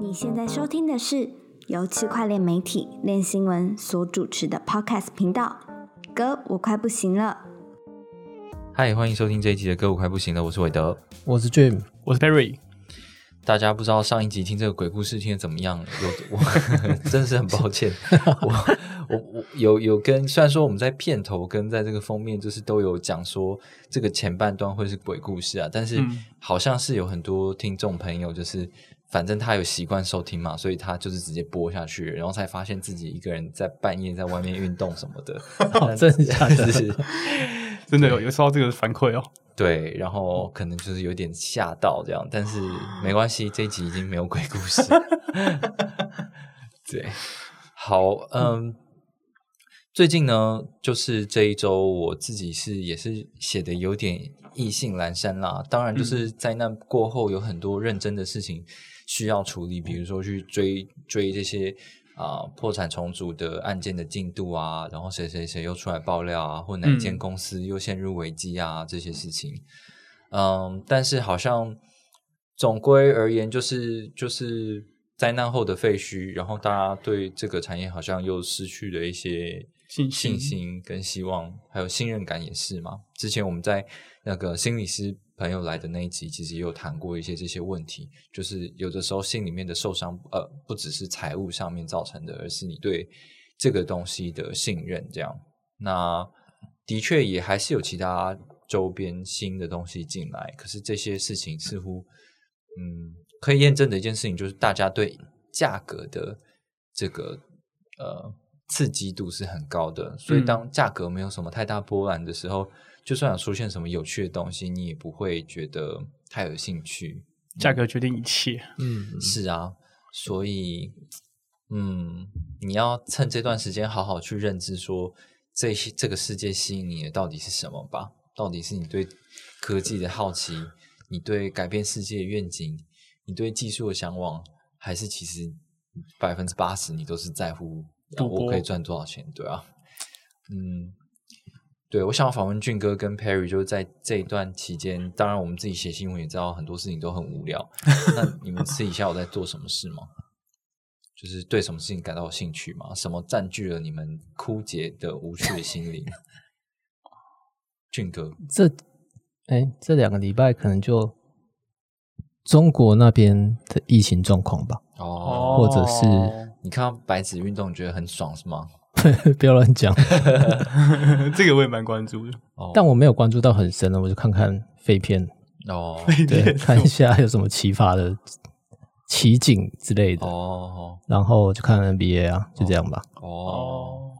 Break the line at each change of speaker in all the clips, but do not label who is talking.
你现在收听的是由区块链媒体链新闻所主持的 Podcast 频道。哥，我快不行了。
嗨，欢迎收听这一集的《歌舞快不行了》，我是韦德。
我是 Jim，
我是 Barry，
大家不知道上一集听这个鬼故事听的怎么样？ 有我真是很抱歉，我我我有有跟虽然说我们在片头跟在这个封面就是都有讲说这个前半段会是鬼故事啊，但是
嗯
好像是有很多听众朋友就是反正他有习惯收听嘛，所以他就是直接播下去，然后才发现自己一个人在半夜在外面运动什么 的，但
哦真的假的
是
真的有有收到这个反馈哦。
对，然后可能就是有点吓到这样，但是没关系，这一集已经没有鬼故事。对，好，嗯，最近呢，就是这一周我自己是也是写的有点意兴阑珊啦。当然，就是灾难过后有很多认真的事情需要处理，比如说去追追这些。啊、破产重组的案件的进度啊，然后谁谁谁又出来爆料啊，或哪一间
嗯
公司又陷入危机啊，这些事情，嗯，但是好像总归而言，就是就是灾难后的废墟，然后大家对这个产业好像又失去了一些
信心
信心跟希望，还有信任感也是嘛。之前我们在那个心理师朋友来的那一集，其实也有谈过一些这些问题，就是有的时候心里面的受伤，呃，不只是财务上面造成的，而是你对这个东西的信任这样。那的确也还是有其他周边新的东西进来，可是这些事情似乎，嗯，可以验证的一件事情就是大家对价格的这个呃刺激度是很高的，所以
嗯
当价格没有什么太大波澜的时候，就算有出现什么有趣的东西，你也不会觉得太有兴趣。
价格决定一切，
嗯，
是啊，所以，嗯，你要趁这段时间好好去认知说，这些这个世界吸引你的到底是什么吧？到底是你对科技的好奇，你对改变世界的愿景，你对技术的向往，还是其实百分之八十你都是在乎啊
赌
我
博
可以赚多少钱？对啊，嗯，对，我想要访问俊哥跟 Perry，就是在这一段期间，当然我们自己写新闻也知道很多事情都很无聊。那你们私底下有在做什么事吗？ 就是对什么事情感到有兴趣吗？什么占据了你们枯竭的无趣的心灵？ 俊哥，
这哎，这两个礼拜可能就中国那边的疫情状况吧，
哦，
或者是
你看到白纸运动，你觉得很爽是吗？
不要乱讲。
这个我也蛮关注的。
哦，
但我没有关注到很深了，我就看看废片，
哦
对，看一下有什么奇葩的奇景之类 的，
哦
然后就看 NBA 啊，就这样吧。
哦，
哦，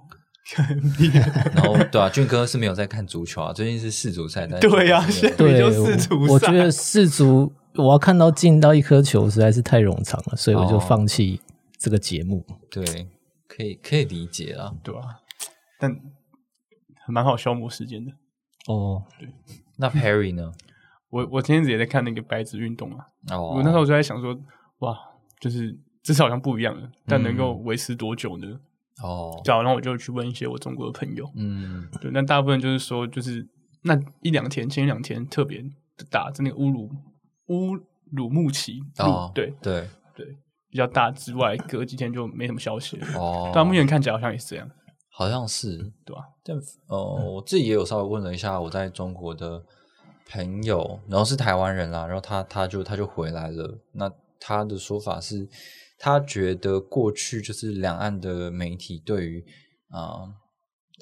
看你
然后对啊，俊哥是没有在看足球啊，最近是世足赛，但是
对呀啊
俊哥是没有
是
对，
就世足
我
赛
我觉得世足我要看到进到一颗球实在是太冗长了，所以我就
哦
放弃这个节目。
对，可以可以理解啦。
对啊，但蛮好消磨时间的。
哦，
嗯
那 Perry 呢？
我我今天也在看那个白纸运动啊，
哦，
我那时候就在想说，哇，就是这次好像不一样了，但能够维持多久呢？
哦，
对啊，然后我就去问一些我中国的朋友，
嗯
对，那大部分就是说，就是那一两天，前一两天特别大，在那个乌鲁乌鲁木齐路、
哦，
对
对
比较大之外，隔几天就没什么消息了。
哦，
啊
嗯
但目前看起来好像也是这样，
好像是
对吧、
但呃，我自己也有稍微问了一下我在中国的朋友，然后是台湾人啦，然后他他就他就回来了。那他的说法是，他觉得过去就是两岸的媒体对于啊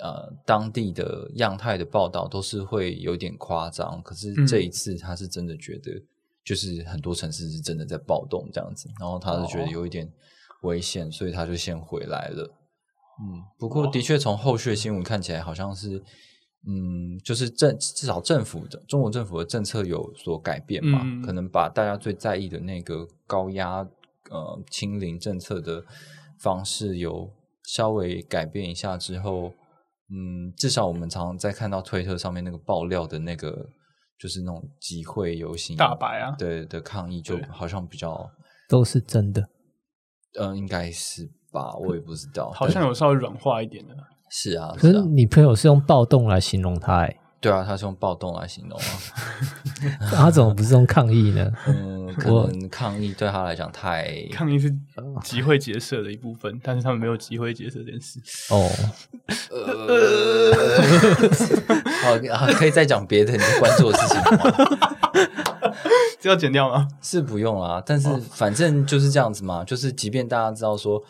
呃当地的样态的报道都是会有点夸张，可是这一次他是真的觉得，就是很多城市是真的在暴动这样子，然后他是觉得
哦
有一点危险，所以他就先回来了。嗯，不
哦
过的确从后续的新闻看起来，好像是，嗯，就是政至少政府的中国政府的政策有所改变嘛，
嗯
可能把大家最在意的那个高压呃清零政策的方式有稍微改变一下之后，嗯，至少我们常常在看到推特上面那个爆料的那个，就是那种集会游行
大白啊，
对的抗议，就
对
好像比较，
都是真的。
嗯、应该是吧，我也不知道，
好像有稍微软化一点的。
是啊，
可
是
是
啊。
你朋友是用暴动来形容他、欸，
对啊，他是用暴动来形容啊。
他怎么不是用抗议 呢？
嗯，可
我
能抗议对哦他来讲太
抗议是集会结社的一部分，但是他们没有集会结社这件事。
哦，
好、啊，可以再讲别的你在关注的事情吗？
这要剪掉吗？
是不用啦，但
哦
是反正就是这样子嘛，就是即便大家知道说，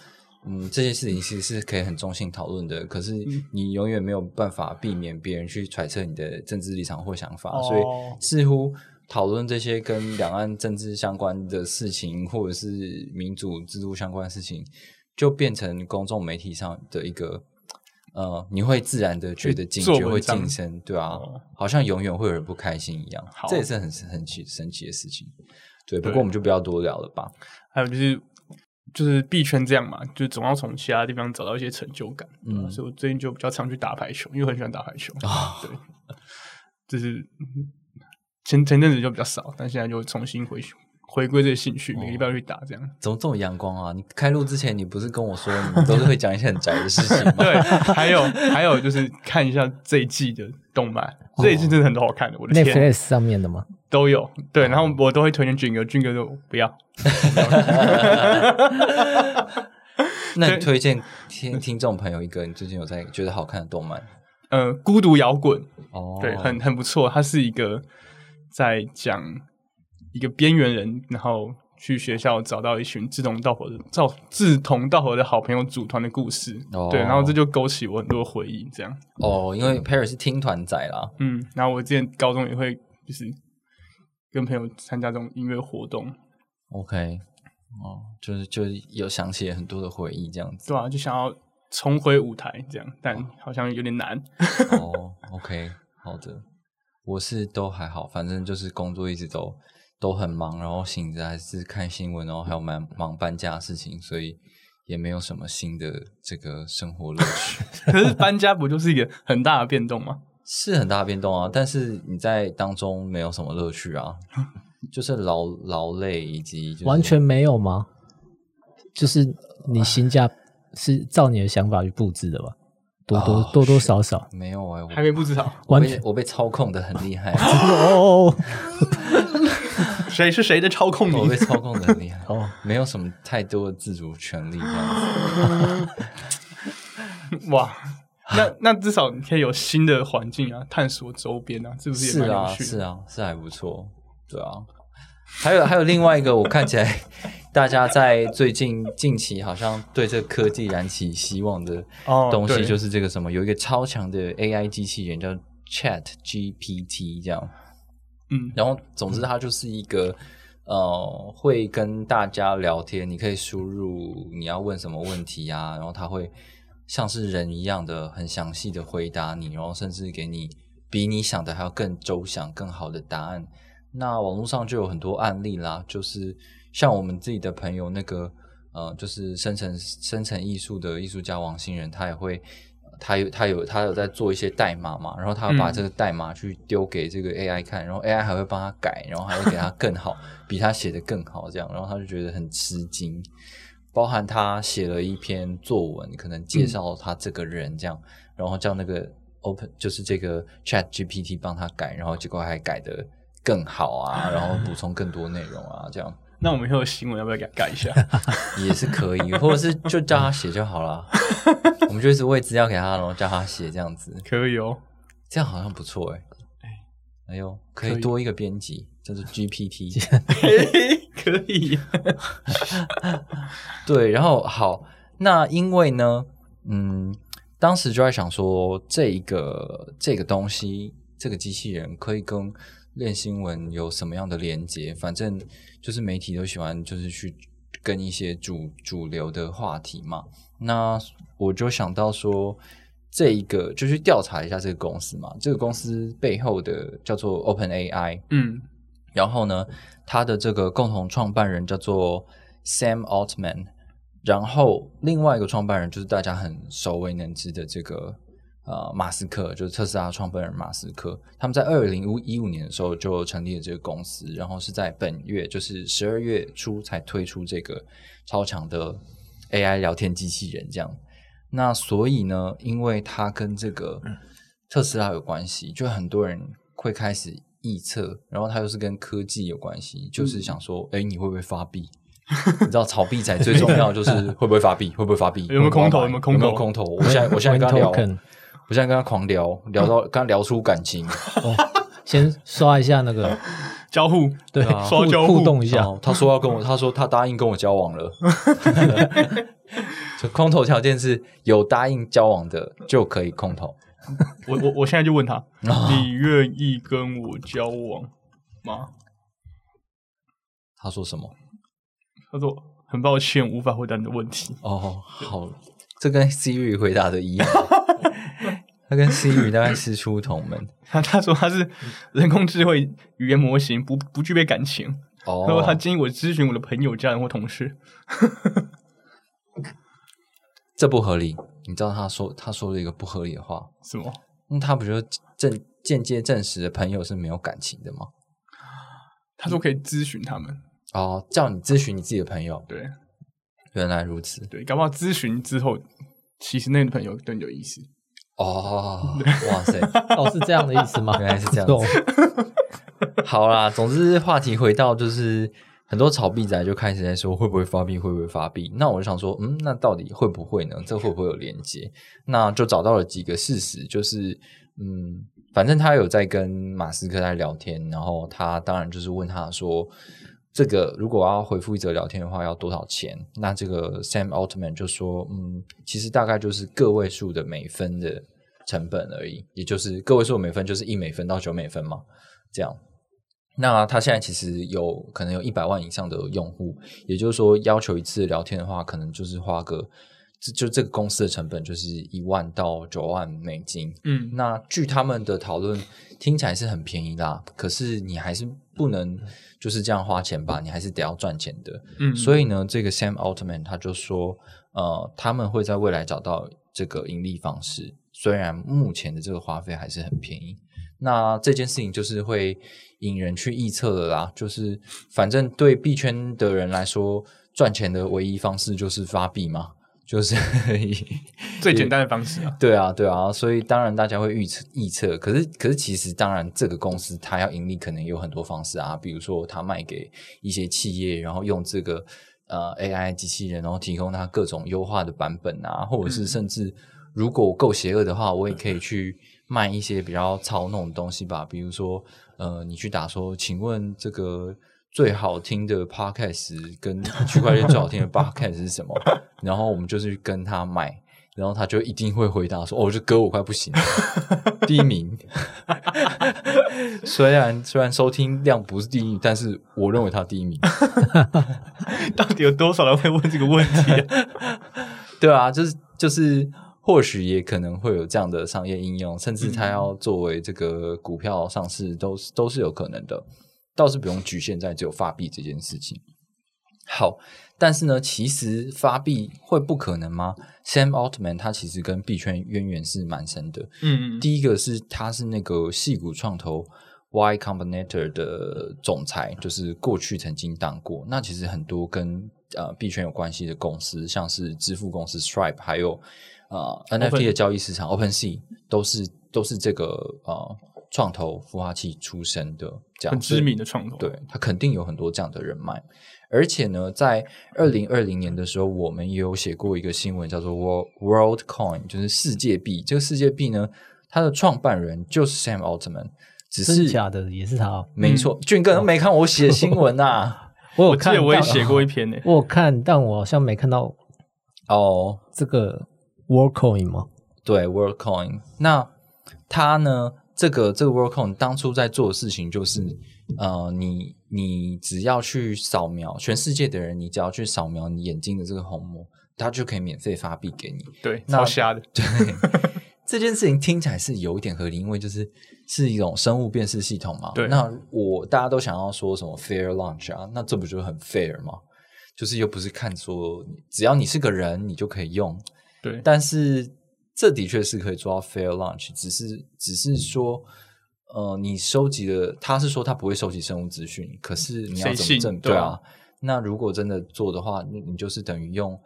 嗯，这件事情其实是可以很中性讨论的，可是
嗯
你永远没有办法避免别人去揣测你的政治立场或想法，
哦
所以似乎。讨论这些跟两岸政治相关的事情，或者是民主制度相关的事情，就变成公众媒体上的一个呃，你会自然的觉得警
做
觉会
文章
晋升，对啊，
哦
好像永远会有人不开心一样
好，
这也是很很奇神奇的事情。对，不
对
过我们就不要多聊了吧。
还有就是就是币圈这样嘛，就总要从其他地方找到一些成就感。
嗯
嗯，所以我最近就比较常去打排球，因为我很喜欢打排球。
哦
对， 就是前前阵子就比较少，但现在就重新回去回归这个兴趣，每个礼拜去打这样。
怎么这么阳光啊？你开录之前，你不是跟我说你都是会讲一些很宅的事情吗？
对，还有还有就是看一下这一季的动漫，这一季真的很多好看的，我的天，
Netflix 上面的吗？
都有。对，然后我都会推荐俊哥，俊哥就不要。
那你
对
推荐听听众朋友一个你最近有在觉得好看的动漫
呃，孤独摇滚，
哦？
对，很很不错。它是一个在讲一个边缘人，然后去学校找到一群志同道合的、照志同道合的好朋友组团的故事。
哦
对，然后这就勾起我很多回忆。这样，
哦，因为 Perry 是听团仔啦，
嗯，然后我之前高中也会就是跟朋友参加这种音乐活动，
OK，哦，就是就是有想起很多的回忆这样子。
对啊，就想要重回舞台这样，但好像有点难。
哦，OK，好的，我是都还好，反正就是工作一直都都很忙，然后醒着还是看新闻，然后还有忙忙搬家的事情，所以也没有什么新的这个生活乐趣，
可是搬家不就是一个很大的变动 吗？
是很大的变动啊。但是你在当中没有什么乐趣 啊，就是劳劳累以及、就是、
完全没有吗？就是你新家是照你的想法去布置的吧？多多、
哦
多多少少，
没有哎、我
还没不知道
我
完
被
全
我被操控的很厉 害，
哦
谁是谁的操控
我被
你。
操控的很厉害。
哦，
没有什么太多的自主权利这样子。
哇，那那至少你可以有新的环境啊，探索周边啊，是不是
是
也蛮
啊，
有趣的？
是啊，是还不错。对啊，还有还有另外一个，我看起来大家在最近近期好像对这科技燃起希望的
哦
东西，
对
就是这个什么，有一个超强的 AI 机器人叫 Chat GPT 这样。
嗯，
然后总之它就是一个呃，会跟大家聊天，你可以输入你要问什么问题啊，然后它会像是人一样的很详细的回答你，然后甚至给你比你想的还要更周详、更好的答案。那网络上就有很多案例啦，就是像我们自己的朋友那个呃，就是生成生成艺术的艺术家王星人，他也会。他有他有他有在做一些代码嘛，然后他把
嗯
这个代码去丢给这个 AI 看，然后 AI 还会帮他改，然后还会给他更好，比他写的更好这样，然后他就觉得很吃惊。包含他写了一篇作文，可能介绍他这个人这样，然后叫那个 Open 就是这个 Chat GPT 帮他改，然后结果还改的更好 啊，然后补充更多内容啊，这样
那我们以后的新闻要不要改改 一下？
也是可以，或者是就叫他写就好 啦。我们就一直喂资料给他，然后叫他写这样子，
可以 哦，
这样好像不错哎、哎呦，可
可
以
以
多一个编辑，叫做 GPT。
嘿嘿可以。
对，然后好，那因为呢，嗯，当时就在想说，这一个这个东西，这个机器人可以跟练新闻有什么样的连接？反正就是媒体都喜欢，就是去跟一些主主流的话题嘛。那我就想到说，这一个就去调查一下这个公司嘛，这个公司背后的叫做 Open AI，
嗯，
然后呢，他的这个共同创办人叫做 Sam Altman，然后另外一个创办人就是大家很熟为人知的这个呃马斯克，就是特斯拉创办人马斯克。他们在二零一五年的时候就成立了这个公司，然后是在本月，就是十二月初才推出这个超强的
嗯
AI 聊天机器人这样。那所以呢，因为它跟这个特斯拉有关系，就很多人会开始臆测，然后它又是跟科技有关系，就是
嗯
想说，哎、你会不会发币？ 你知道炒币仔最重要的就是会不会发币，会不会发币，
有没有空投
会不会买
有没有空投
有没有空投？我现在我现在跟他聊，
啊 Token
我现在跟他狂聊，聊 到跟他聊出感 情，
哦先刷一下 那个
交互
对
啊
刷交
互
互
互动一
然
下，
后他说要跟我，他说他答应跟我交往了。 就空投条件是有答应交往的就可以空投。
我我我现在 就问他，
啊
你愿意跟我交往吗？
他说什么？
他说很抱歉，无法回答你的问题。
哦，好，这跟 Siri 回答的一样。他跟 Siri 大概师出同门。
他他说他是人工智慧语言模型，不不具备感情。
哦
他，说他建议我咨询我的朋友、家人或同事。
这不合理。你知道他说他说了一个不合理的话，
什么？
那、他不就证间接证实了朋友是没有感情的吗？
他说可以咨询他们。
哦，叫你咨询你自己的朋友，
对
原来如此。
对，搞不好咨询之后，其实那个朋友对你有意思。
哦，哇塞，
哦，是这样的意思吗？ 哦
原来是这样子
懂。
好啦，总之话题回到就是很多炒币仔就开始在说会不会发币，会不会发币。那我就想说，嗯，那到底会不会呢？这会不会有连接？那就找到了几个事实，就是嗯，反正他有在跟马斯克在聊天，然后他当然就是问他说。这个如果要回复一则聊天的话，要多少钱？那这个 Sam Altman 就说，嗯，其实大概就是个位数的每分的成本而已，也就是个位数的每分就是一美分到九美分嘛。这样。那他现在其实有可能有一百万以上的用户，也就是说，要求一次聊天的话，可能就是花个就就这个公司的成本就是一万到九万美金。
嗯，
那据他们的讨论，听起来是很便宜啦，可是你还是不能就是这样花钱吧，你还是得要赚钱的。
嗯
所以呢，这个 Sam Altman 他就说，呃，他们会在未来找到这个盈利方式，虽然目前的这个花费还是很便宜。那这件事情就是会引人去臆测的啦，就是反正对币圈的人来说，赚钱的唯一方式就是发币嘛，就是
最简单的方式啊。
对啊，对啊，所以当然大家会预测预测，可是可是其实当然这个公司它要盈利，可能有很多方式啊，比如说它卖给一些企业，然后用这个呃 AI 机器人，然后提供它各种优化的版本啊，或者是甚至如果我够邪恶的话，我也可以去卖一些比较操弄的东西吧，比如说呃，你去打说，请问这个。最好听的 podcast 跟区块链最好听的 podcast 是什么？然后我们就去跟他买，然后他就一定会回答说：“哦，这歌我快不行了，第一名。 虽然虽然收听量不是第一名，但是我认为他第一名。
到底有多少人会问这个问题啊、
对啊，就是就是，或许也可能会有这样的商业应用，甚至它要作为这个股票上市，都是都是有可能的，倒是不用局限在只有发币这件事情。好，但是呢，其实发币会不可能吗？Sam Altman 他其实跟币圈渊源是蛮深的，
嗯，
第一个是他是那个戏骨创投 Y Combinator 的总裁，就是过去曾经当过。那其实很多跟呃币圈有关系的公司，像是支付公司 Stripe，还有呃 NFT 的交易市场 OpenSea，都是都是这个呃创投孵化器出身的，这样
很
所以
知名的创投。
对他肯定有很多这样的人脉。而且呢，在二零二零年的时候，我们也有写过一个新闻，叫做 World World Coin，就是世界币。这个世界币呢，它的创办人就是 Sam Altman，只
真
是
假的也是他哦，
没错，俊哥都没看我写新闻啊呐、
我有
我记
看
得
到，
我也写过一篇呢、
我有看，但我好像没看到
哦，
这个 WorldCoin 吗？
对，WorldCoin。那它呢，这个这个 WorldCoin 当初在做的事情就是，呃，你你只要去扫描全世界的人，你只要去扫描你眼睛的这个虹膜，它就可以免费发币给你。
对，
那
超瞎的。
对，这件事情听起来是有一点合理，因为就是是一种生物辨识系统嘛。
对
那我大家都想要说什么 fair launch 啊，那这不就很 fair 吗？就是又不是看说只要你是个人，你就可以用，
对，
但是这的确是可以做到 fair launch，只是只是说，呃，你收集的他是说他不会收集生物资讯，可是你要
谁
怎么
信
证？
对啊
啊，那如果真的做的话，你你就是等于用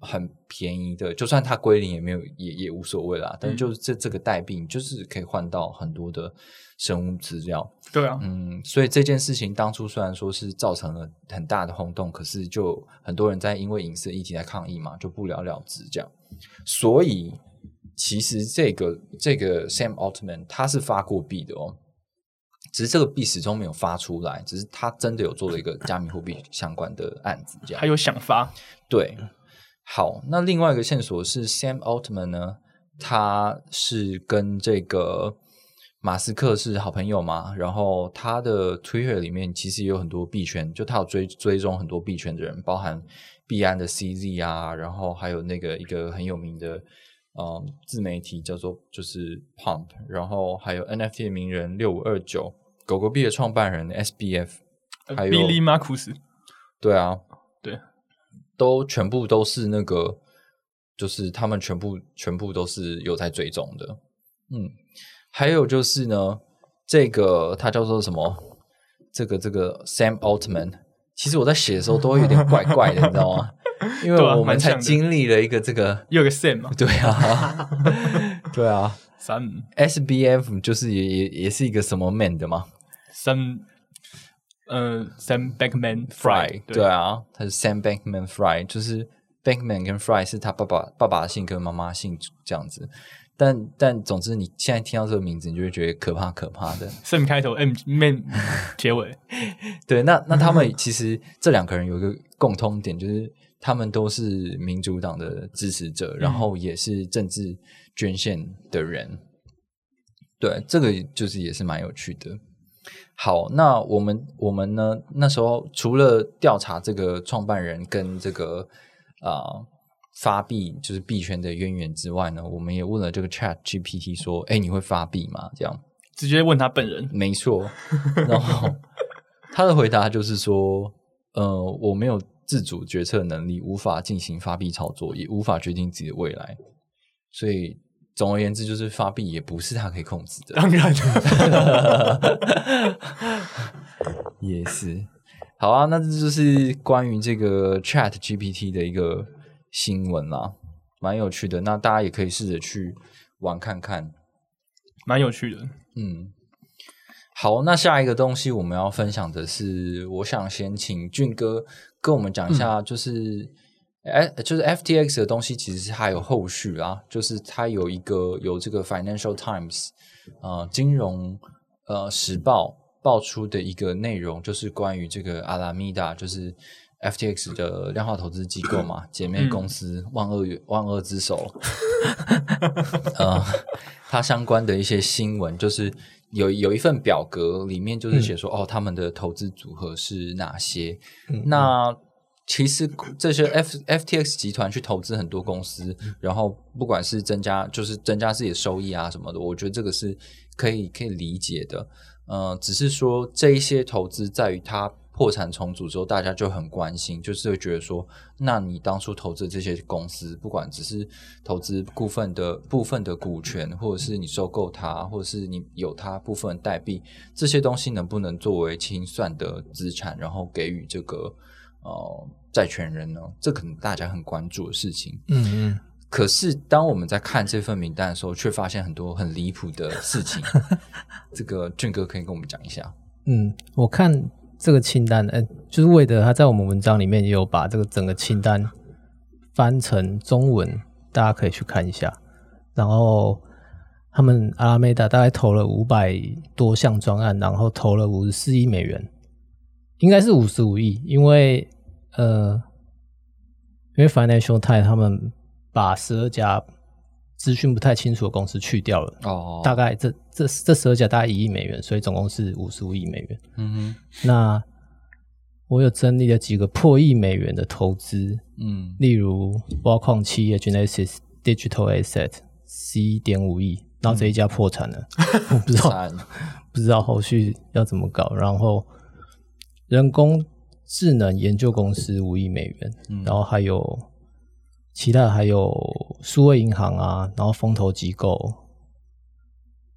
很便宜的，就算它归零也没有也也无所谓啦。但
嗯
就是这这个代币，你就是可以换到很多的生物资料。
对啊，
嗯，所以这件事情当初虽然说是造成了很大的轰动，可是就很多人在因为隐私议题来抗议嘛，就不了了之这样。所以其实这个这个 Sam Altman 他是发过币的哦，只是这个币始终没有发出来，只是他真的有做了一个加密货币相关的案子这样
还。有想法，
对，好，那另外一个线索是 Sam Altman 呢，他是跟这个马斯克是好朋友嘛，然后他的 Twitter 里面其实也有很多币圈，就他有追追踪很多币圈的人，包含币安的 CZ 啊，然后还有那个一个很有名的。嗯，自媒体叫做就是 Pump，然后还有 NFT 的名人六五二九，狗狗币的创办人 SBF，还有
比利马库斯，
对啊，
对，
都全部都是那个，就是他们全部全部都是有在追踪的。嗯，还有就是呢，这个它叫做什么？这个这个 Sam Altman，其实我在写的时候都会有点怪怪的，你知道吗？因
对
为
啊
我们
蛮像
才
的
经历了一个这个，
又有个 Sam 嘛，
对 啊，对啊
三
，SBF 就是也也也是一个什么 man 的嘛
三，呃，Sam Bankman
，Fry，对
对，
啊，他是 Sam Bankman Fry，就是 Bankman 跟 Fry 是他爸爸爸爸的姓跟妈妈姓这样子。但但总之，你现在听到这个名字，你就会觉得可怕可怕的。
，Sam 开头，M Man 结尾，
对，那那他们其实这两个人有一个共通点，就是他们都是民主党的支持者，然后也是政治捐献的人。对，这个就是也是蛮有趣的。好，那我们我们呢？那时候除了调查这个创办人跟这个啊发币就是币圈的渊源之外呢，我们也问了这个 Chat GPT 说：“哎，你会发币吗？”这样，
直接问他本人，
没错，然后他的回答就是说，呃，我没有自主决策能力，无法进行发币操作，也无法决定自己的未来，所以总而言之，就是发币也不是他可以控制的。
当 然，
也是。好啊，那这就是关于这个 Chat GPT 的一个新闻啦，蛮有趣的。那大家也可以试着去玩看看。
蛮有趣 的，
嗯，好，那下一个东西我们要分享的是，我想先请俊哥跟我们讲一下，就是哎、就是 FTX 的东西，其实是还有后续啊，就是它有一个有这个 Financial Times 呃金融呃时报爆出的一个内容，就是关于这个阿拉米达，就是 FTX 的量化投资机构嘛，姐妹公司万恶万恶之首，呃，它相关的一些新闻，就是有有一份表格里面就是写说、哦，他们的投资组合是哪些，那其实这些 F FTX 集团去投资很多公司，然后不管是增加就是增加自己的收益啊什么的，我觉得这个是可以可以理解的。呃，只是说这一些投资在于它破产重组之后，大家就很关心，就是会觉得说，那你当初投资这些公司，不管只是投资部分的部分的股权，或者是你收购它，或者是你有它部分的代币，这些东西能不能作为清算的资产，然后给予这个呃债权人呢？这可能大家很关注的事情。
嗯嗯，
可是，当我们在看这份名单的时候，却发现很多很离谱的事情。这个俊哥可以跟我们讲一下。
嗯，我看这个清单，呃，就是魏德他在我们文章里面也有把这个整个清单翻成中文，大家可以去看一下。然后他们阿拉梅达大概投了五百多项专案，然后投了五十四亿美元，应该是五十五亿，因为呃，因为 Financial Times 他们把十二家资讯不太清楚的公司去掉了。
哦
大概这这这十二家大概一亿美元，所以总共是五十五亿美元。
嗯哼
那我有整理了几个破亿美元的投资，
嗯
例如挖矿企业 Genesis Digital Asset 十一点五亿，然后这一家破产了，我不知道
三
不知道后续要怎么搞。然后人工智能研究公司五亿美元，然后还有其他的还有数位银行啊，然后风投机构。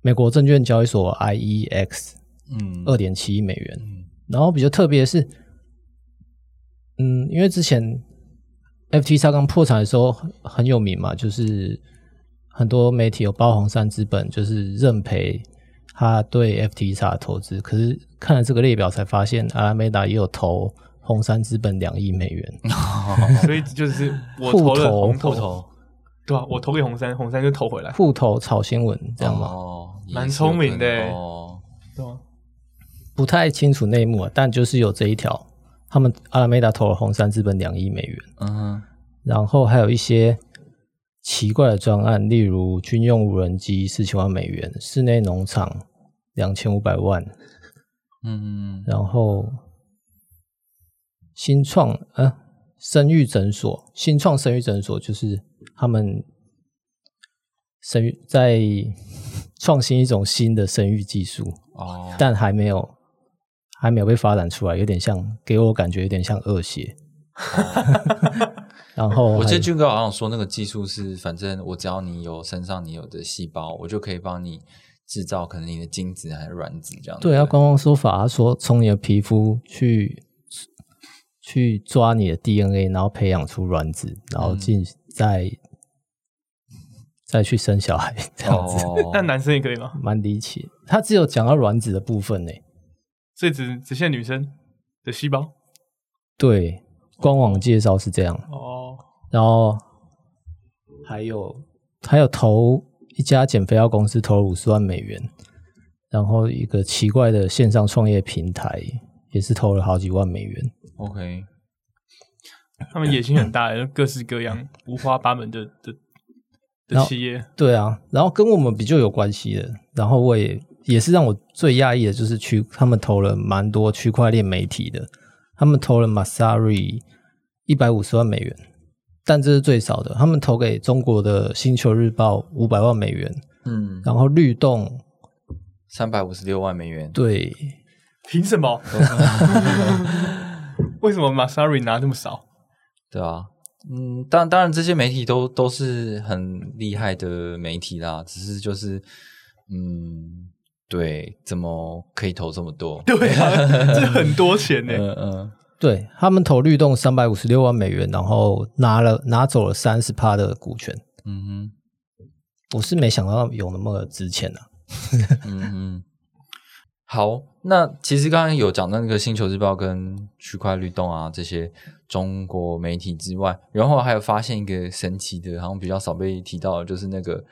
美国证券交易所 E IEX
嗯
二点七亿美元，
嗯
然后比较特别的是，嗯，因为之前 FT 沙钢破产的时候很很有名嘛，就是很多媒体有包红杉资本，就是认赔他对 FT 沙的投资。可是看了这个列表才发现，阿拉梅达也有投红杉资本两亿美元，
所以就是嗯我投了
互投
红
后
头，
头
对啊，我投给红杉，红杉就投回来，
互投炒新闻，这样吗？
哦，也
蛮
是有
聪明的
可能
欸
哦。
对啊，
不太清楚内幕、啊，但就是有这一条，他们阿拉梅达投了红杉资本两亿美元。
嗯哼，
然后还有一些奇怪的专案，例如军用无人机四千万美元，室内农场两千五百万，
嗯嗯
然后新创呃生育诊所，新创生育诊所就是他们生育在创新一种新的生育技术，
哦，
但还没有还没有被发展出来，有点像给我感觉有点像恶血。然后
我
还
记
有
得俊哥好像说那个技术是，反正我只要你有身上你有的细胞，我就可以帮你制造可能你的精子还是卵子这样。
对
不
啊，官方说法，他说从你的皮肤去去抓你的 DNA，然后培养出卵子，然后进、再再去生小孩，这样子、
哦
但男生也可以吗？
蛮离奇。他只有讲到卵子的部分呢、
所以只只限女生的细胞
对，官网介绍是这样，
哦，
然后还有还有投一家减肥药公司投了五十万美元，然后一个奇怪的线上创业平台也是投了好几万美元。
OK，
他们野心很大，有各式各 样五花八门的的
然
的
后
企业，
对啊，然后跟我们比较有关系的，然后我也也是让我最讶异的就是区，他们投了蛮多区块链媒体的，他们投了 Masari 一百五十万美元，但这是最少的，他们投给中国的《星球日报》五百万美元，
嗯，
然后律动
三百五十六万美元，
对
凭什么？
哦
为什么 Masari 拿这么 少？
对啊，嗯，当当然这些媒体都都是很厉害的媒体啦，只是就是，嗯，对，怎么可以投这么多？
对啊，这很多钱呢、
嗯嗯，
对，他们投律动三百五十六万美元，然后拿了拿走了三十趴的股权，
嗯
我是没想到有那么值钱啊。
哼，嗯哼，好，那其实刚刚有讲到那个《星球日报》跟区块律动啊这些中国媒体之外，然后还有发现一个神奇的，好像比较少被提到的，就是那个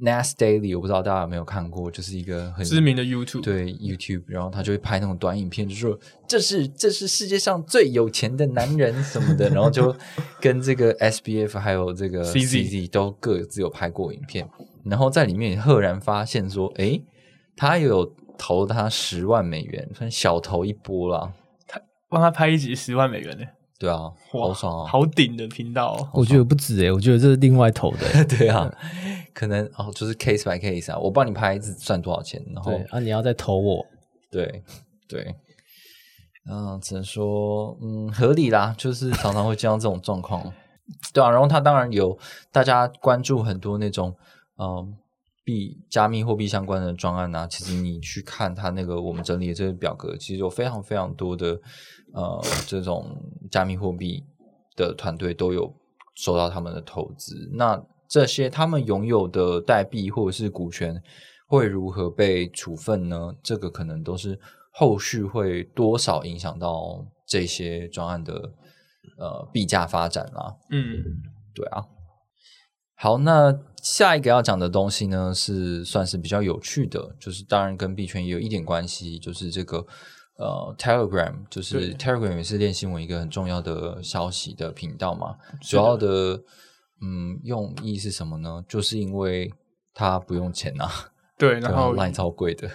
Nas Daily，我不知道大家有没有看过，就是一个很
知名的 YouTube，，
呃对 YouTube，然后他就会拍那种短影片，就说这是这是世界上最有钱的男人什么的，然后就跟这个 SBF 还有这个
CZ
CZ 都各自有拍过影片，然后在里面赫然发现说，诶，他有投他十万美元，算小投一波啦，
帮他拍一集十万美元呢、
对啊，
哇，
好爽啊，
好顶的频道、哦。
我觉得不止诶、我觉得这是另外投 的、欸。
对啊，可能哦就是 case by case 啊，我帮你拍一次算多少钱，然后
对啊，你要再投我，
对对，嗯，只能说嗯合理啦，就是常常会见到这种状况，对啊。然后它当然有大家关注很多那种嗯币加密货币相关的专案啊，其实你去看它那个我们整理的这个表格，其实有非常非常多的呃这种加密货币的团队都有收到他们的投资，那这些他们拥有的代币或者是股权会如何被处分呢？这个可能都是后续会多少影响到这些专案的呃币价发展啦。
嗯，
对啊，好，那下一个要讲的东西呢，是算是比较有趣的，就是当然跟币圈也有一点关系，就是这个呃 Telegram，就是
对
Telegram 也是练新闻一个很重要的消息的频道嘛。主
是的
要的嗯用意是什么呢？就是因为它不用钱啊，
对，
对
然
啊
后
，Line 超贵的，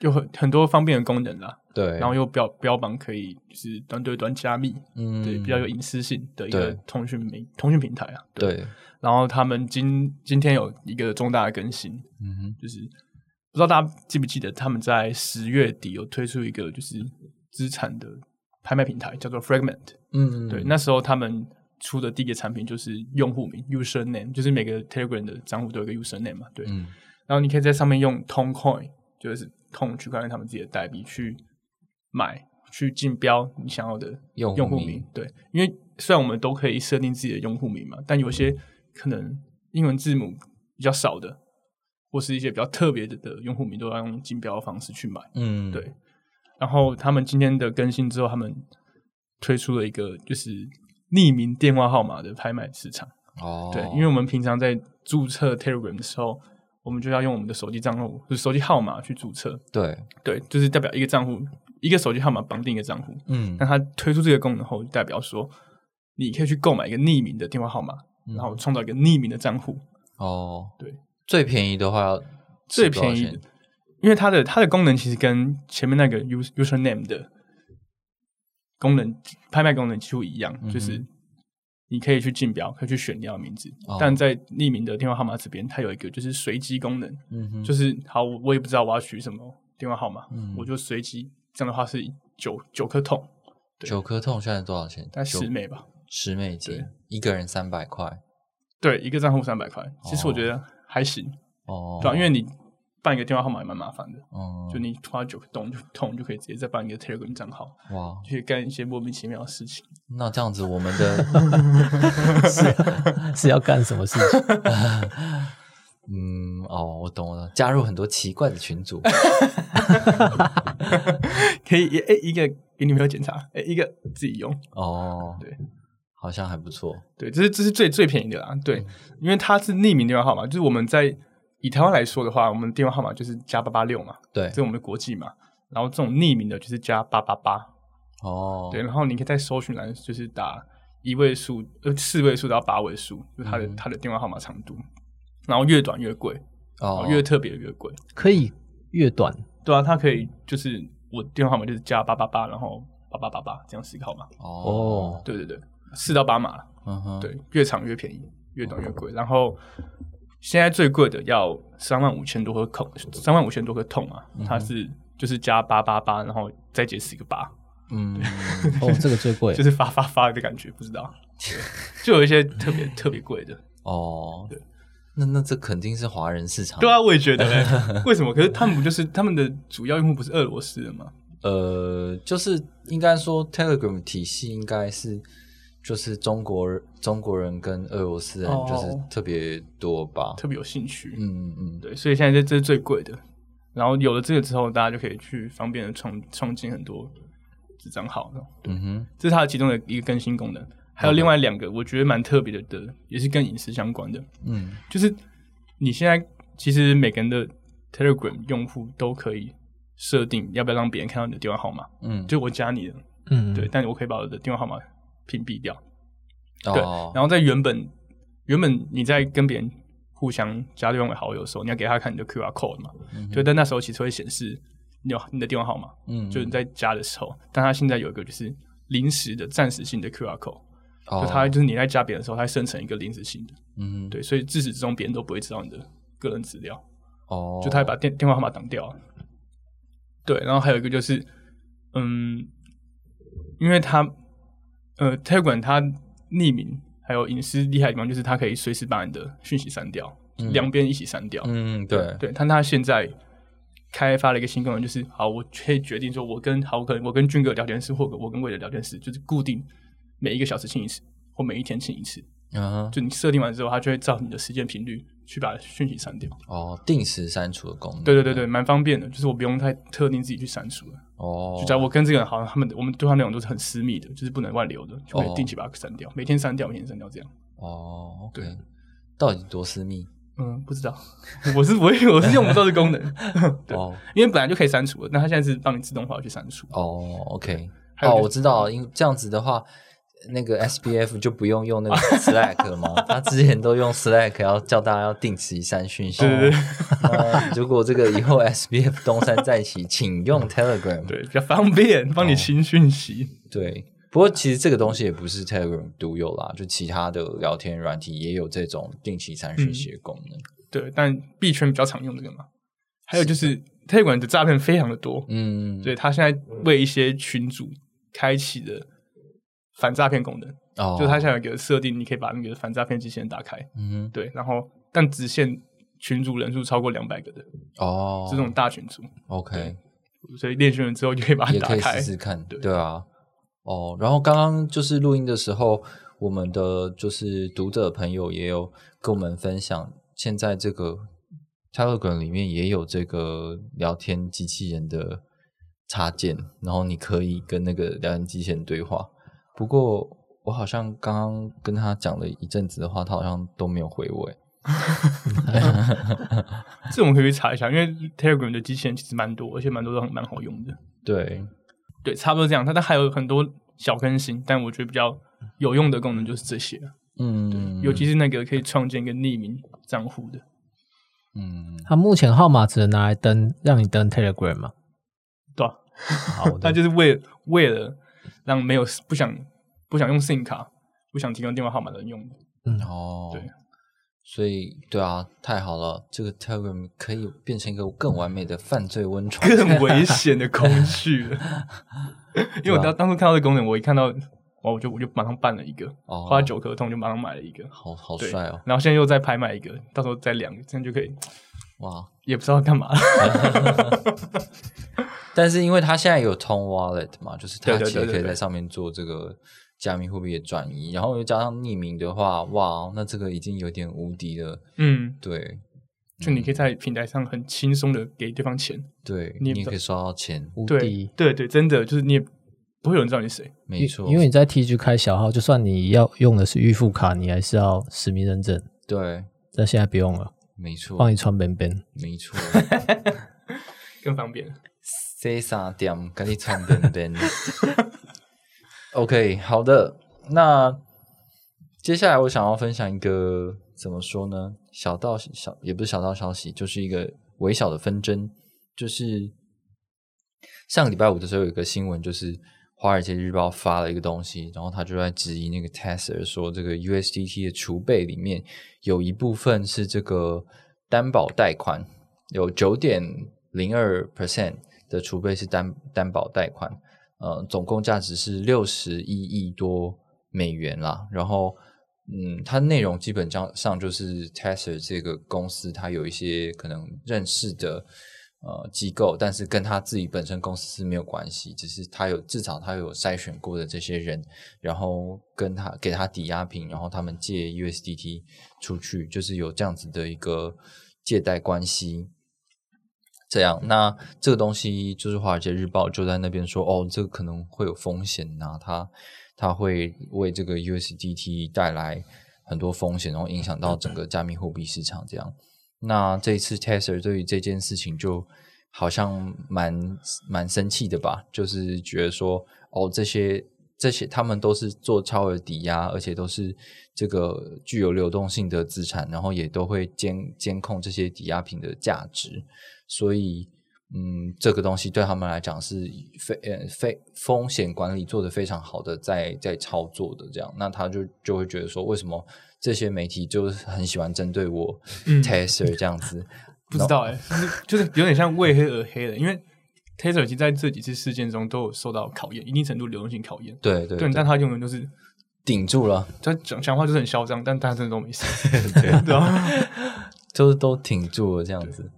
有很很多方便的功能啦，
对，
然后又标标榜可以就是端对端加密，
嗯
对，比较有隐私性的一个
对
通讯媒通讯平台啊。
对，
然后他们今今天有一个重大的更新，
嗯哼，
就是不知道大家记不记得，他们在十月底有推出一个就是资产的拍卖平台，叫做 Fragment。
嗯，
对，那时候他们出的第一个产品就是用户名 user name，就是每个 Telegram 的账户都有一个 user name 嘛。对，
嗯
然后你可以在上面用 Tone Coin，就是 Tone 区块链他们自己的代币去买去竞标你想要的
用户
用户
名
名。对，因为虽然我们都可以设定自己的用户名嘛，但有些可能英文字母比较少的，或是一些比较特别的的用户名，都要用竞标的方式去买。
嗯，
对然后他们今天的更新之后，他们推出了一个就是匿名电话号码的拍卖市场。
哦，
对，因为我们平常在注册 Telegram 的时候，我们就要用我们的手机账户，就是手机号码去注册。
对，
对，就是代表一个账户，一个手机号码绑定一个账户。
嗯
那它推出这个功能后，就代表说你可以去购买一个匿名的电话号码，
嗯
然后创造一个匿名的账户。
哦，
对，
最便宜的话要
最
是多少
便宜
钱，
因为它的它的功能其实跟前面那个 user username 的功能拍卖功能几乎一样，
嗯哼
就是你可以去竞标，可以去选你要的名字，
哦
但在匿名的电话号码这边，它有一个就是随机功能，
嗯哼，
就是好，我我也不知道我要取什么电话号码，
嗯
我就随机，这样的话是九九颗桶，对
九颗痛现在多少钱？
大概
九
十美吧，
十美金
对，
一个人三百块
对，一个账户三百块，其实我觉得还行，
哦，
对、吧？因为你办一个电话号码也蛮麻烦的，
嗯，
就你花九个洞就桶就可以直接再办一个 Telegram 账号。
哇，
去干一些莫名其妙的 事情。
那这样子我们 的
是要干什么事情？
嗯哦，我懂了，加入很多奇怪的群组，
可以一诶、一个给女朋友检查，诶、一个自己用。
哦，
对，
好像还不错，
对，这是这是最最便宜的啦。
嗯
对，因为它是匿名电话号码，就是我们在以台湾来说的话，我们的电话号码就是加八八六嘛，
对
这，是我们的国际嘛。然后这种匿名的就是加八八八，
哦，
对，然后你可以在搜寻栏就是打一位数、呃四位数到八位数，就是它的、
嗯
它的电话号码长度，然后越短越贵，
哦，
越特别越贵。
可以越短，
对啊，它可以就是我电话号码就是加八八八，然后八八八八这样思考嘛。
哦，
对对对，四到八码啦，
嗯哼，，
对，越长越便宜，越短越贵。然后现在最贵的要三万五千多个孔，三万五千多个痛啊，
嗯
它是就是加八八八，然后再解十个八，
嗯，
哦，这个最贵
就。是发发发的感觉，不知道，对就有一些特别特别贵的。
哦，那那这肯定是华人市场，
对啊，我也觉得、 欸，为什么？可是他们不就是他们的主要用户不是俄罗斯人吗？
呃，就是应该说 Telegram 体系应该是就是中国中国人跟俄罗斯人
哦
就是特别多吧，
特别有兴趣，
嗯嗯，
对，所以现在这这是最贵的。然后有了这个之后，大家就可以去方便的创创建很多这张号，
嗯哼，
这是它的其中的一个更新功能。还有另外两个，我觉得蛮特别的的，也是跟隐私相关的，
嗯，
就是你现在其实每个人的 Telegram 用户都可以设定要不要让别人看到你的电话号码，
嗯，
就我加你的，
嗯，
对，，但我可以把我的电话号码屏蔽掉，对，
哦，
然后在原本原本你在跟别人互相加对方为好友的时候，你要给他看你的 QR code 嘛，就但那时候其实会显示你有你的电话号码，
嗯，
就是你在加的时候，但他现在有一个就是临时的暂时性的 QR code，、
哦
就它就是你在加别人的时候，它会生成一个临时性的，
嗯，
对，所以自始至终别人都不会知道你的个人资料，
哦，
就他会把电电话号码挡掉了。对，然后还有一个就是，嗯，因为他呃，Telegram 它匿名还有隐私厉害的地方，就是它可以随时把你的讯息删掉，两边一起删掉。
嗯，对，
对，但它现在开发了一个新功能，就是好，我可以决定说，我跟好，我可能我跟军哥聊天室，或者我跟魏的聊天室，就是固定每一个小时清一次，或每一天清一次。
嗯哼，
就你设定完之后，它就会照你的时间频率去把讯息删掉。
哦，定时删除的功能，
对对对对，蛮方便的，就是我不用太特定自己去删除了。
哦
就，假如我跟这个人好像他们我们对话内容都是很私密的，就是不能外流的，就
哦
会定期把它删掉，每天删掉，每天删掉这样。
哦，OK，
对
到底多私密？
嗯，不知道， 我是我也我是用不到这功 能，对，
哦
因为本来就可以删除了，那它现在是帮你自动化去删除。
哦，OK，
还
哦，
有就是
我知道，因这样子的话，那个 SBF 就不用用那个 Slack 了嘛，他之前都用 Slack 要叫大家要定时删讯息。
对对对
那 如果这个以后 SBF 东山再起，请用 Telegram。
对，比较方便，帮你清讯息。
对，不过其实这个东西也不是 Telegram 独有啦，就其他的聊天软体也有这种定期删讯息的功能。
对，但币圈比较常用这个嘛。还有就是 Telegram 的诈骗非常的多，
嗯，
对，他现在为一些群主开启的反诈骗功能，
哦，
就它现在有一个设定，你可以把那个反诈骗机器人打开，
嗯
对，然后但只限群组人数超过两百个的
哼，哦，
这种大群组。
OK，
所以练习完之后就可以把它
也
打
可以
开
试。试看，
对
对啊。哦，然后刚刚就是录音的时候，我们的就是读者朋友也有跟我们分享，现在这个 Telegram 里面也有这个聊天机器人的插件，然后你可以跟那个聊天机器人对话。不过我好像刚刚跟他讲了一阵子的话，他好像都没有回我。诶
这我们可以去查一下，因为 Telegram 的机器人其实蛮多，而且蛮多都很蛮好用的。
对，
对，差不多这样。它它还有很多小更新，但我觉得比较有用的功能就是这些，啊
嗯，
尤其是那个可以创建一个匿名账户的。
嗯，
它目前号码只能拿来登，让你登 Telegram 嘛。
对啊
好
那
的，
就是为了为了让没有不想不想用 SIM 卡、不想提供电话号码的人用的。
哦，
对，
所以对啊，太好了，这个 Telegram 可以变成一个更完美的犯罪温床。
更危险的工 具了。因为
啊
我当当初看到这个功能，我一看到，哇，我就我就马上办了一个，
哦
花九颗痛就马上买了一个，
好好
对
帅哦，
然后现在又再拍卖一个，到时候再两个，这样就可以，
哇！
也不知道 干嘛。
但是因为它现在有通 Wallet 嘛，就是它
对对
其实
对对
可以在
对
上面做这个加密货币的转移，然后又加上匿名的话，哇，那这个已经有点无敌了。
嗯，
对
就你可以在平台上很轻松的给对方钱，
对，
你
你
也
也
不
可以刷到钱，
无
对
敌。
对对，真的就是你也不会有人知道你是谁，
没错，
因为你在 TG 开小号，就算你要用的是预付卡，你还是要实名认证。
对，
但现在不用了，
没错
哦
帮，你穿边边。
没 错。
更方便。
这三点跟你唱边边。OK，好的，那接下来我想要分享一个怎么说呢？小道小也不是小道消息，就是一个微小的纷争。就是上个礼拜五的时候有一个新闻，就是《华尔街日报》发了一个东西，然后他就在质疑那个 Tesla 说，这个 USDT 的储备里面有一部分是这个担保贷款，有九点零二 percent 的储备是担担保贷款，呃，总共价值是六十一亿多美元啦。然后，嗯，它内容基本上上就是 Tesla 这个公司，它有一些可能认识的呃机构，但是跟他自己本身公司是没有关系，只是他有至少他有筛选过的这些人，然后跟他给他抵押品，然后他们借 USDT 出去，就是有这样子的一个借贷关系。这样，那这个东西就是《华尔街日报》就在那边说，哦，这个可能会有风险呐、它它会为这个 USDT 带来很多风险，然后影响到整个加密货币市场。这样，那这一次 Tesla 对于这件事情就好像蛮蛮生气的吧，就是觉得说，哦，这些这些他们都是做超额抵押，而且都是这个具有流动性的资产，然后也都会监监控这些抵押品的价值。所以，嗯，这个东西对他们来讲是非呃非风险管理做得非常好的在，在操作的这样，那他就就会觉得说，为什么这些媒体就是很喜欢针对我、
嗯
t e s l a 这样子？
不知道哎、 就是就是有点像为黑而黑了，因为 Taser 其实在这几次事件中都有受到考验，一定程度流动性考验。
对对
对，
对，
但他永远都是
顶住了，
他讲讲话就是很嚣张，但他真的都没事。
对，
对啊，
就是都挺住了这样子。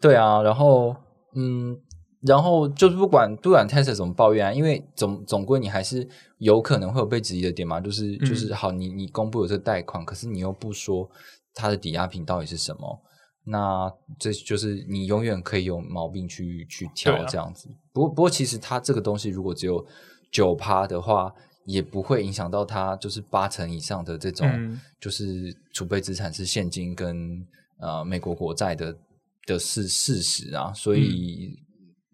对啊，然后嗯，然后就是不管不管 Tesla 怎么抱怨啊，因为总总归你还是有可能会有被质疑的点嘛，就是
嗯
就是好，你你公布有这个贷款，可是你又不说它的抵押品到底是什么，那这就是你永远可以有毛病去去
对
挑
啊
这样子。不过不过其实它这个东西如果只有九趴的话。也不会影响到它，就是八成以上的这种
嗯
就是储备资产是现金跟呃美国国债的的事事实啊，所以、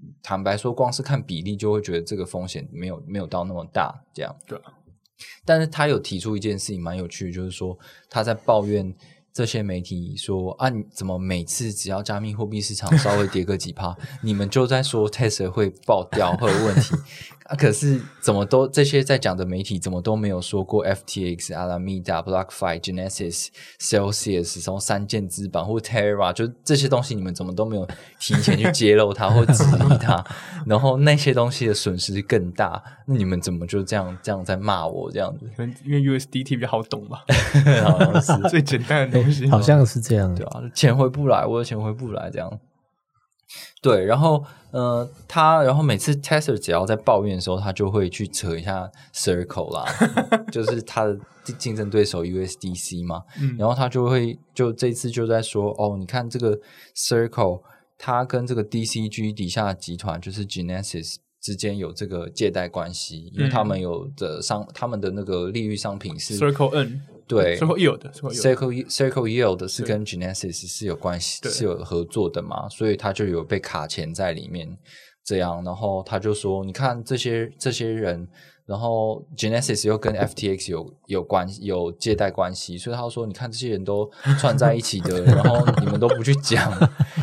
嗯
坦白说，光是看比例就会觉得这个风险没有没有到那么大，这样
对啊。
但是他有提出一件事情蛮有趣的，就是说他在抱怨这些媒体说啊，你怎么每次只要加密货币市场稍微跌个几趴， 你们就在说 Tesla 会爆掉会有问题，啊，可是怎么都这些在讲的媒体怎么都没有说过 FTX、Alameda、BlockFi、Genesis、Celsius 什么三箭之榜或 Terra，就这些东西你们怎么都没有提前去揭露它或质疑它，然后那些东西的损失更大，那你们怎么就这样这样在骂我这样子？
可能因为 USDT 比较好懂吧，
好像是
最简单的东西。
好像是这样
对。啊，钱回不来，我的钱回不来这样。对，然后呃，他然后每次 Tesser 只要在抱怨的时候，他就会去扯一下 Circle 啦，就是他的竞争对手 USDC 嘛，
嗯
然后他就会就这次就在说哦，你看这个 Circle，它跟这个 DCG 底下的集团就是 Genesis 之间有这个借贷关系，因为他们有的商他们的那个利率商品是
Circle N
对
Circle Yield Circle Yield
Circle Circle Yield 是
对
跟 Genesis 是有关系，
对
是有合作的嘛，所以他就有被卡钱在里面，这样，然后他就说，你看这些这些人，然后 Genesis 又跟 FTX 有有关有借贷关系，所以他说，你看这些人都串在一起 的，然后你们都不去讲，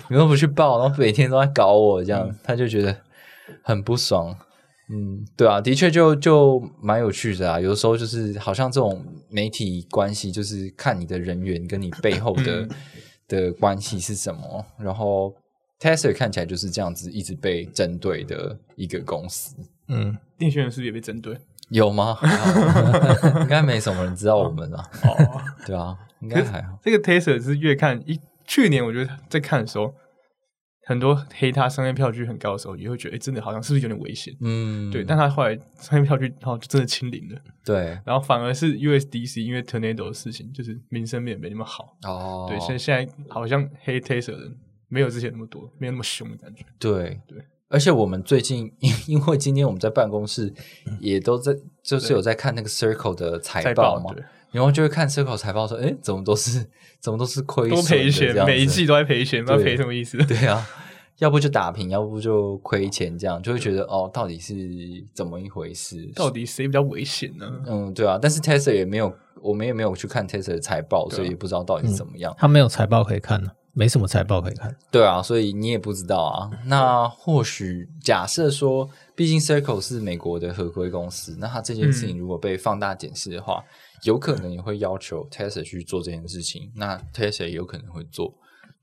你们都不去报，然后每天都在搞我，这样，他就觉得很不爽。嗯，对啊，的确就就蛮有趣的啊。有的时候就是好像这种媒体关系，就是看你的人员跟你背后的 的关系是什么。然后 Tesla 看起来就是这样子一直被针对的一个公司，
嗯，
电讯人是不是也被针对？
有吗？还好 应该没什么人知道我们啊。
哦，
对啊，应该还好。
这个 Taser 是越看一去年，我觉得在看的时候，很多黑它商业票据很高的时候，也会觉得哎、诶真的好像是不是有点危险？
嗯，
对，但它后来商业票据然后就真的清零了，
对
然后反而是 USDC 因为 Tornado 的事情，就是名声变得没那么好。
哦，
对，所以现在好像黑 Taser 的没有之前那么多，没有那么凶的感觉。
对
对。
而且我们最近， 因因为今天我们在办公室
嗯
也都在，就是有在看那个 Circle 的财
财
报
报
嘛，
对，
然后就会看 Circle 财报说，哎，怎么都是怎么都是亏
多
损
赔
的这
钱，
样
每一
子
季都在赔钱，不知道
对
赔什么意思？
对啊，要不就打平，要不就亏钱，这样就会觉得哦，到底是怎么一回事？
到底谁比较危险呢？
嗯，对啊，但是 Tesla 也没有，我们也没有去看 Tesla 的财报，所以也不知道到底是怎么样。
他没有财报可以看呢，没什么财报可以看。
对啊，所以你也不知道啊。那或许假设说，毕竟 Circle 是美国的合规公司，那它这件事情如果被放大检视的话，有可能也会要求 Tesla 去做这件事情。那 Tesla 也有可能会做，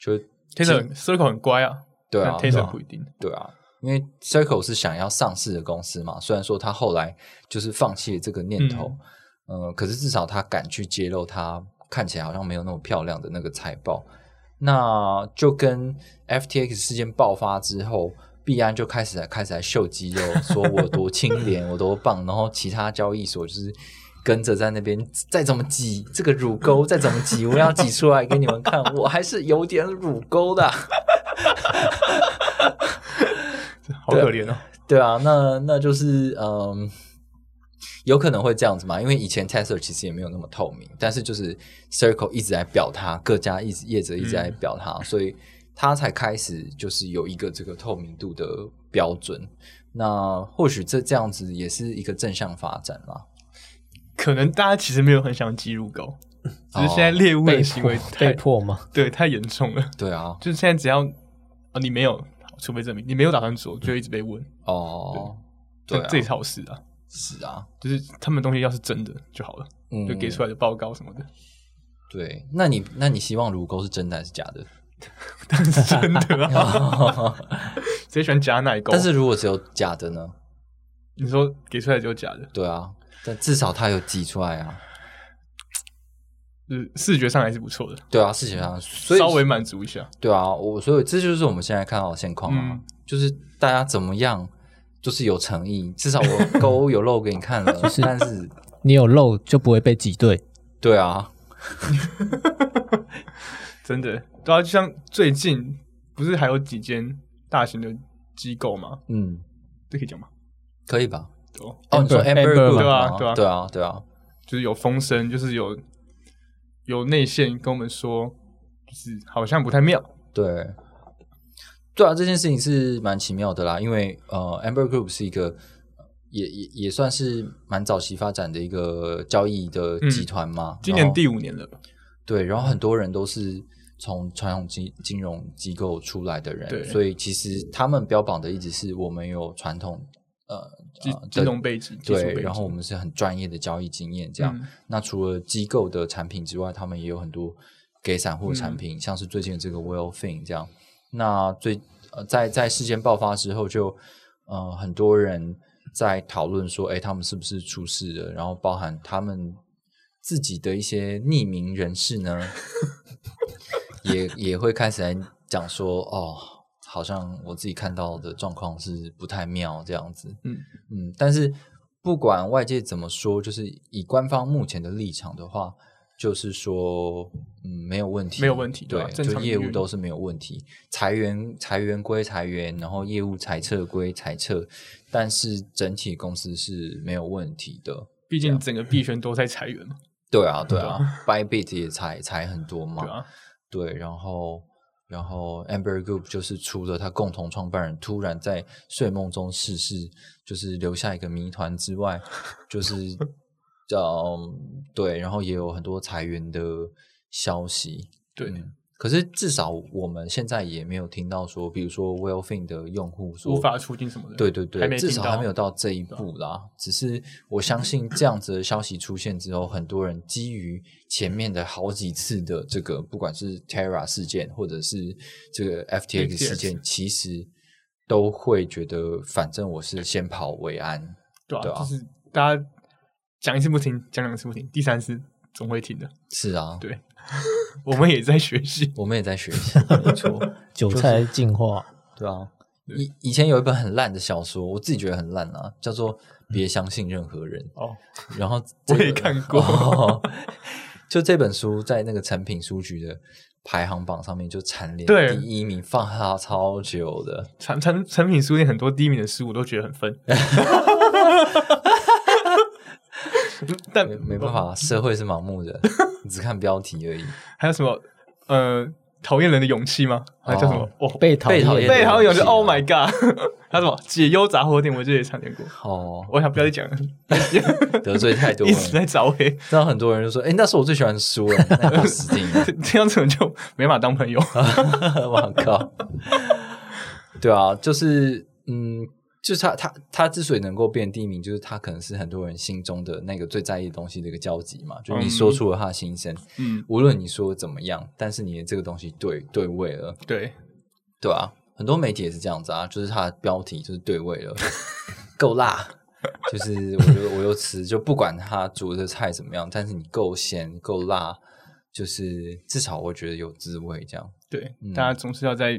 就
Taser Circle 很乖啊，
对啊
但
对啊
Taser 不一定。
对啊，因为 Circle 是想要上市的公司嘛，虽然说他后来就是放弃了这个念头，呃，可是至少他敢去揭露他看起来好像没有那么漂亮的那个财报。那就跟 FTX 事件爆发之后，币安就开始开始来秀肌肉，说我多清廉，我多棒，然后其他交易所就是。跟着在那边，再怎么挤这个乳沟，再怎么挤，我要挤出来给你们看，我还是有点乳沟的啊、
好可怜哦。
对啊，那那就是嗯，有可能会这样子嘛，因为以前 Tesla 其实也没有那么透明，但是就是 Circle 一直在表它，各家一直业者一直
嗯
在表它，所以它才开始就是有一个这个透明度的标准。那或许这这样子也是一个正向发展啦。
可能大家其实没有很想挤入狗，
哦
只是现在猎物的行为太、
被迫吗？
对太严重了。
对啊，
就是现在只要啊你没有，除非证明你没有打算做，就一直被问。
哦，对
这
啊
这也是好事啊。
是啊，
就是他们东西要是真的就好了，
嗯
就给出来的报告什么的，
对，那你那你希望乳沟是真的还是假 的？
当然是真的啊。谁喜欢假奶狗？
但是如果只有假的呢？
你说给出来就假的，
对啊，但至少它有挤出来啊。
就是视觉上还是不错的，
对啊，事情上，所以
稍微满足一下。
对啊，我所以这就是我们现在看到的现况啊，
嗯
就是大家怎么样，就是有诚意，至少我勾有漏给你看了，但是
你有漏就不会被挤兑。
对啊，
真的，对啊，就像最近不是还有几间大型的机构吗？
嗯，
这可以讲吗？
可以吧？
哦，
哦，你说
Amber-
Amber
Amber
Group
嘛
吗
对啊
对啊，对啊，
就是有风声，就是有有内线跟我们说，就是好像不太妙。
对，对啊，这件事情是蛮奇妙的啦，因为呃，Amber Group 是一个呃也也也算是蛮早期发展的一个交易的集团嘛，
嗯今
然
年
后
第五年了吧？
对，然后很多人都是从传统金金融机构出来的人，
对
所以其实他们标榜的一直是我们有传统呃
金
呃
金
的
融背景，技术
对
背，景
然后我们是很专业的交易经验这样。
嗯
那除了机构的产品之外，他们也有很多给散户的
嗯
产品，像是最近的这个 Well Thing 这样。那最呃，在在事件爆发之后就，呃很多人在讨论说，哎，他们是不是出事了？然后包含他们自己的一些匿名人士呢，也也会开始来讲说，哦，好像我自己看到的状况是不太妙这样子。
嗯
嗯，但是不管外界怎么说，就是以官方目前的立场的话，就是说，嗯，没有问题，
没有问题对
对
吧，正
就
常
业
营
务
运
都是没有问题，裁员裁员归裁员，然后业务裁撤归裁撤，但是整体公司是没有问题的。
毕竟整个币圈都在裁员嘛，
对啊，对啊，Bybit 也裁裁很多嘛，
嗯对吧、啊？
对，然后然后 Amber Group 就是除了他共同创办人突然在睡梦中逝世，就是留下一个谜团之外，就是嗯对，然后也有很多裁员的消息。
对，
嗯可是至少我们现在也没有听到说，比如说 Wellfin 的用户说
无法出境什么的，
对对对
还，没
至
听
少
到
还没有到这一步啦。只是我相信这样子的消息出现之后，很多人基于前面的好几次的这个，不管是 Terra 事件或者是这个 FTX
FTX
事件，其实都会觉得，反正我是先跑为安。
对啊，
对啊
就是大家讲一次不听，讲两次不听，第三次总会听的。
是啊，
对，我们也在 学习。
我们也在学习，没 错，
韭菜进化，
对啊。以以前有一本很烂的小说，我自己觉得很烂啊，叫做
嗯
《别相信任何人》。
哦，
然后
我
这
也
个
看过
哦就这本书在那个诚品书局的排行榜上面就蝉联
对
第一名，放它超久的。
产产产品书店很多第一名的书我都觉得很分，但哦
没没办。法，社会是盲目的， 你只看标题而已。
还有什么呃，讨厌人的勇气吗？还叫什么？哦，
被讨
被
厌
讨厌
被讨厌勇气
被
，Oh
讨
my
厌
god！还有什 么解忧杂货店？我记得也参加过。
哦，
我想不要再讲了，
得罪太多
一
了。
直在找回，
让很多人就说：“哎，那是我最喜欢的书了，那你不死定了。”
这样子我就没法当朋友。
我靠！对啊，就是嗯，就是他他他之所以能够变第一名，就是他可能是很多人心中的那个最在意的东西的一个交集嘛。就你说出了他的心声，
嗯，
无论你说怎么样，但是你的这个东西对对位了，
对，
对啊，很多媒体也是这样子啊，就是它的标题就是对味了， 够辣，就是我就我就吃，就不管它煮的菜怎么样，但是你够咸够辣，就是至少我觉得有滋味这样。
对，
嗯
大家总是要在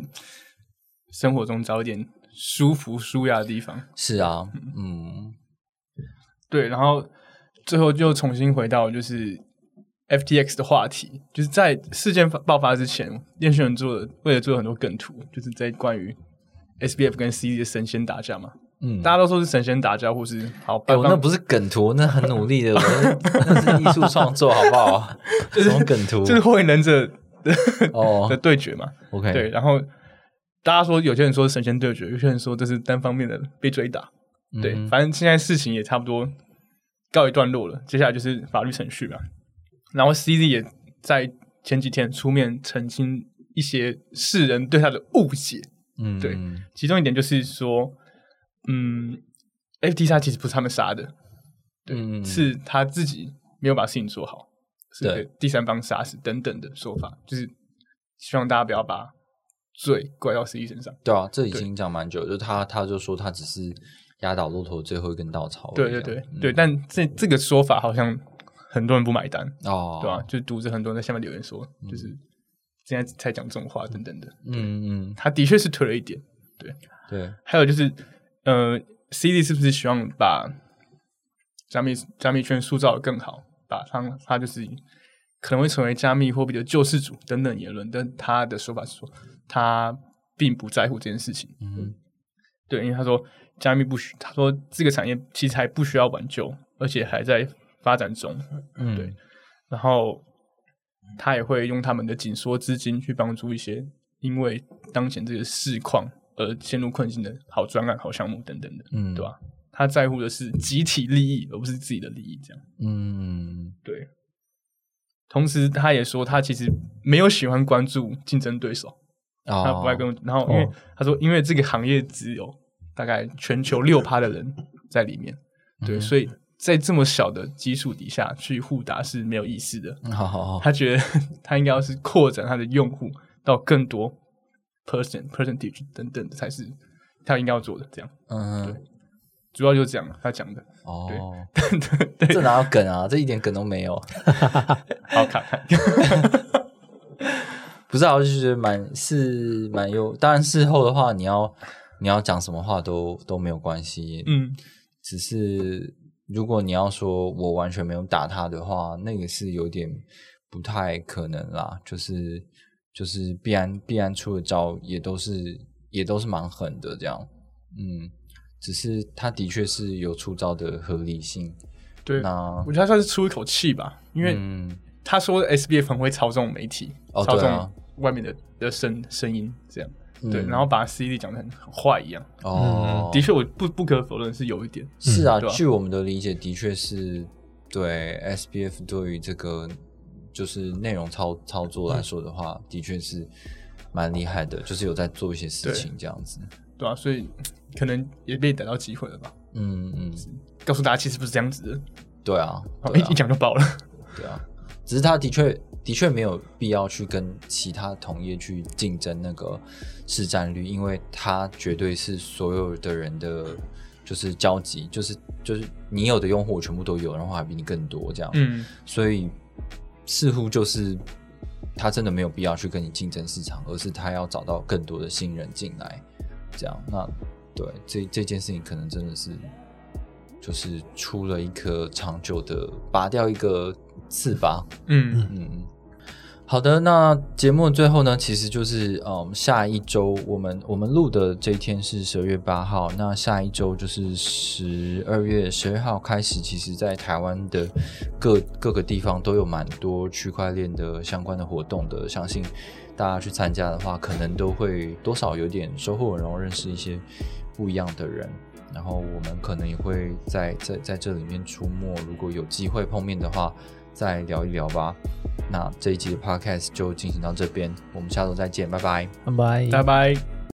生活中找一点舒服、舒压的地方。
是啊， 嗯，
对，然后最后就重新回到就是 FTX 的话题，就是在事件发爆发之前，练习人做了为了做了很多梗图，就是在关于 SBF 跟 CD 的神仙打架嘛，
嗯
大家都说是神仙打架，或是好，
哎、
拜
我
拜
那不是梗图，那很努力的，我那那是艺术创作，好不好？这种梗图
就是火影忍者的
哦 哎
的对决嘛，
，OK，
对，，然后大家说有些人说是神仙对决，有些人说这是单方面的被追打，对，
嗯
反正现在事情也差不多告一段落了，接下来就是法律程序嘛。然后 CZ 也在前几天出面澄清一些世人对他的误解，
嗯
对其中一点就是说，嗯，FT 杀其实不是他们杀的，对，
嗯
是他自己没有把事情做好，是
对
被第三方杀死等等的说法，就是希望大家不要把罪怪到 CZ 身上。
对啊，这已经讲蛮久，就他他就说他只是压倒骆驼最后一根稻草而
对
已啊，
对对、
嗯
对，但这这个说法好像很多人不买单，
哦，
对啊吧、就读者很多人在下面留言说，就是现在才讲这种话等等的，
嗯嗯嗯，
他的确是推了一点。
对，
还有就是，呃，CD 是不是希望把加密加密圈塑造的更好，把它它就是可能会成为加密货币的救世主等等言论，但他的说法是说他并不在乎这件事情。
嗯
对，因为他说加密不需，他说这个产业其实还不需要挽救，而且还在发展中。
嗯
对，然后他也会用他们的紧缩资金去帮助一些因为当前这个市况而陷入困境的好专案、好项目等等的，
嗯
对吧、啊他在乎的是集体利益，而不是自己的利益。这样
嗯
对。同时，他也说他其实没有喜欢关注竞争对手，
哦，
他不爱跟我。然后，因为
哦
他说，因为这个行业只有大概全球六趴的人在里面，对，
嗯
所以在这么小的基数底下去互打是没有意思的。
嗯好好好，
他觉得他应该要是扩展他的用户到更多 person percentage 等等的才是他应该要做的。这样
嗯
主要就是这样了，他讲的。
哦，
对 对，
这哪有 梗啊？这一点梗都没有。
好看看。
不是啊，我就觉得蛮是蛮有，当然事后的话，你要你要讲什么话都都没有关系，
嗯，
只是如果你要说我完全没有打他的话，那个是有点不太可能啦。就是就是必然必然出的招也都是也都是蛮狠的这样，嗯，只是他的确是有出招的合理性。
对，
那
我觉得他算是出一口气吧，因为
嗯，
他说 SBF 很会操纵媒体，
哦
操
对啊
纵外面的的声声音这样，对，
嗯
然后把 CD 讲的很很坏一样，
哦，
的确我不不可否认是有一点，
是啊，
嗯对啊
据我们的理解，的确是对 SBF 对于这个就是内容操操作
嗯
来说的话，的确是蛮厉害的，就是有在做一些事情这样子。
对啊，所以可能也被逮到机会了吧，
嗯嗯，
告诉大家其实不是这样子的，
对啊，
好
对
一
啊
一，讲就爆了，
对啊。只是他的确的确没有必要去跟其他同业去竞争那个市占率，因为他绝对是所有的人的。就是交集，就是就是你有的用户我全部都有，然后还比你更多这样。
嗯，
所以似乎就是他真的没有必要去跟你竞争市场，而是他要找到更多的新人进来，这样那对这这件事情可能真的是就是出了一颗长久的拔掉一个刺吧，
嗯，
嗯，好的，那节目的最后呢，其实就是嗯，下一周我们我们录的这一天是十二月八号，那下一周就是十二月十二号开始，其实在台湾的各各个地方都有蛮多区块链的相关的活动的，相信大家去参加的话，可能都会多少有点收获，然后认识一些不一样的人。然后我们可能也会在在在这里面出没，如果有机会碰面的话，再聊一聊吧。那这一集的 podcast 就进行到这边，我们下周再见，拜拜。
拜拜。
拜拜。